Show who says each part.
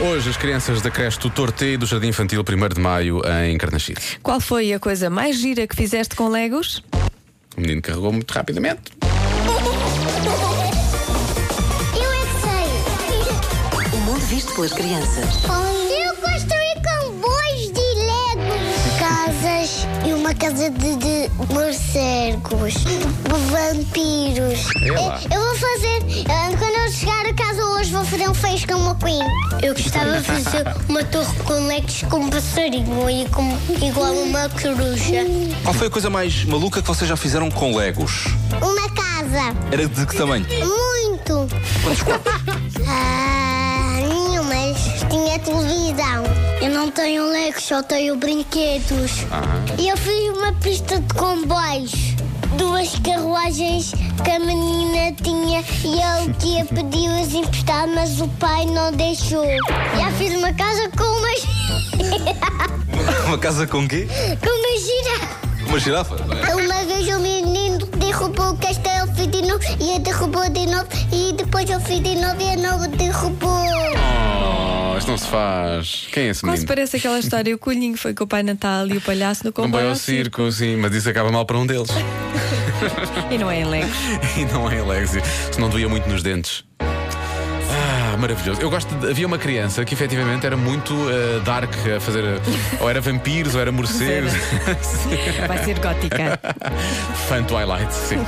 Speaker 1: Hoje as crianças da creche Tutor T do Jardim Infantil 1 de Maio em Carnaxide.
Speaker 2: Qual foi a coisa mais gira que fizeste com Legos?
Speaker 1: O menino carregou muito rapidamente.
Speaker 3: Eu é que sei.
Speaker 4: O mundo visto pelas crianças.
Speaker 3: Eu construí comboios de legos. Casas e uma casa de, de morcegos, vampiros.
Speaker 1: É
Speaker 3: Eu,
Speaker 1: lá.
Speaker 3: eu vou fazer, ah, quando eu chegar a casa hoje, vou fazer um feixe com uma queen. Eu gostava de fazer uma torre com legos com passarinho e igual uma coruja.
Speaker 5: Qual foi a coisa mais maluca que vocês já fizeram com Legos?
Speaker 3: Uma casa.
Speaker 5: Era de que tamanho?
Speaker 3: Muito.
Speaker 5: Quantos quartos?
Speaker 3: Ah, nenhumas. Tinha televisão. Eu não tenho legos, só tenho brinquedos. Eu fiz uma pista de comboios. Duas carruagens que a menina tinha e ele que pediu-as emprestar, mas o pai não deixou. Já fiz uma casa com umas.
Speaker 5: Uma casa com quê?
Speaker 3: com uma girafa.
Speaker 5: Uma girafa? não é?
Speaker 3: Uma vez o menino derrubou o castelo, fiz de novo, e eu derrubou de novo, e depois eu fiz de novo e eu não derrubou.
Speaker 1: Oh, isto não se faz. Quem é esse
Speaker 2: Quase
Speaker 1: menino?
Speaker 2: parece aquela história: o coelhinho foi com o Pai Natal e o palhaço no
Speaker 1: Não vai
Speaker 2: comboio.
Speaker 1: ao circo, sim, mas isso acaba mal para um deles.
Speaker 2: E não é em Legos.
Speaker 1: e não é Alexi. Se não doía muito nos dentes. Ah, Maravilhoso. Eu gosto de. Havia uma criança que efetivamente era muito eh, dark a fazer. Ou era vampiros, ou era morcegos.
Speaker 2: Vai ser gótica.
Speaker 1: Fan Twilight, sim.